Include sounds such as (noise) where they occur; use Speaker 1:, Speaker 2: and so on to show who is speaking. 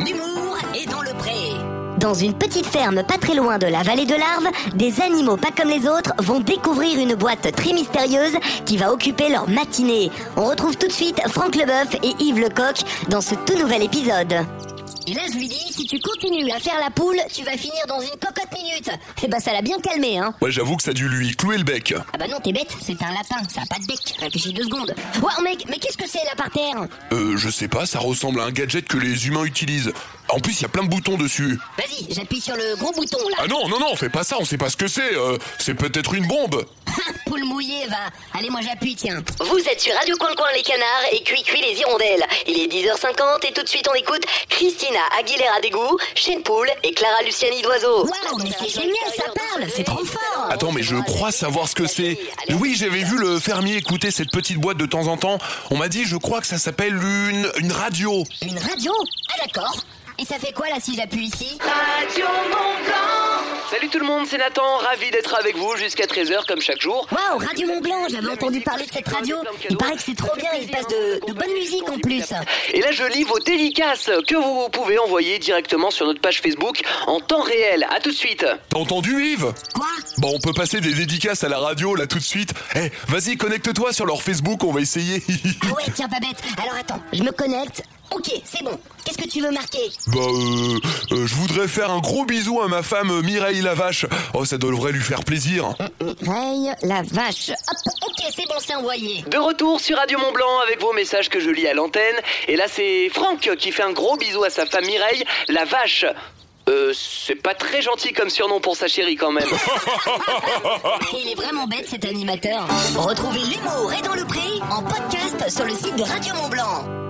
Speaker 1: l'humour et dans le pré.
Speaker 2: Dans une petite ferme pas très loin de la vallée de l'Arve, des animaux pas comme les autres vont découvrir une boîte très mystérieuse qui va occuper leur matinée. On retrouve tout de suite Franck Leboeuf et Yves Lecoq dans ce tout nouvel épisode.
Speaker 1: Et là, je lui dis, si tu continues à faire la poule, tu vas finir dans une cocotte minute. Et bah, ça l'a bien calmé, hein.
Speaker 3: Ouais, j'avoue que ça a dû lui clouer le bec.
Speaker 1: Ah bah non, t'es bête, c'est un lapin, ça a pas de bec. Réfléchis deux secondes. Waouh, mec, mais qu'est-ce que c'est là par terre
Speaker 3: Euh, je sais pas, ça ressemble à un gadget que les humains utilisent. En plus, il y a plein de boutons dessus.
Speaker 1: Vas-y, j'appuie sur le gros bouton là.
Speaker 3: Ah non, non, non, fais pas ça, on sait pas ce que c'est. euh, c'est peut-être une bombe.
Speaker 1: (laughs) Poule mouillée, va. Allez, moi j'appuie, tiens.
Speaker 4: Vous êtes sur Radio Coin Coin les canards et Cui Cui les hirondelles. Il est 10h50 et tout de suite on écoute Christina Aguilera Dégout, Shane Poole et Clara Luciani d'Oiseau.
Speaker 1: Waouh, mais c'est génial, ça parle, c'est trop fort.
Speaker 3: Attends, mais je crois savoir ce que c'est. Mais oui, j'avais vu le fermier écouter cette petite boîte de temps en temps. On m'a dit, je crois que ça s'appelle une, une radio.
Speaker 1: Une radio Ah d'accord. Et ça fait quoi là si j'appuie ici
Speaker 5: Salut tout le monde, c'est Nathan, ravi d'être avec vous jusqu'à 13h comme chaque jour.
Speaker 1: Waouh, Radio Mont Blanc, j'avais entendu parler de cette radio. Il paraît que c'est trop bien, il passe
Speaker 5: hein,
Speaker 1: de, de bonne musique en plus.
Speaker 5: Et là je lis vos dédicaces que vous pouvez envoyer directement sur notre page Facebook en temps réel. À tout de suite.
Speaker 3: T'as entendu, Yves
Speaker 1: Quoi
Speaker 3: Bon, on peut passer des dédicaces à la radio là tout de suite. Eh, vas-y, connecte-toi sur leur Facebook, on va essayer. (laughs)
Speaker 1: Ah ouais, tiens, pas bête. Alors attends, je me connecte. Ok, c'est bon. Qu'est-ce que tu veux marquer
Speaker 3: bah, euh, euh, je voudrais faire un gros bisou à ma femme euh, Mireille Lavache. Oh, ça devrait lui faire plaisir.
Speaker 2: Mireille, la vache.
Speaker 1: Hop, ok, c'est bon, c'est envoyé.
Speaker 5: De retour sur Radio Mont Blanc avec vos messages que je lis à l'antenne. Et là c'est Franck qui fait un gros bisou à sa femme Mireille, la vache. Euh, c'est pas très gentil comme surnom pour sa chérie quand même.
Speaker 1: Ah, Il est vraiment bête cet animateur. Retrouvez l'humour et dans le pré en podcast sur le site de Radio Mont Blanc.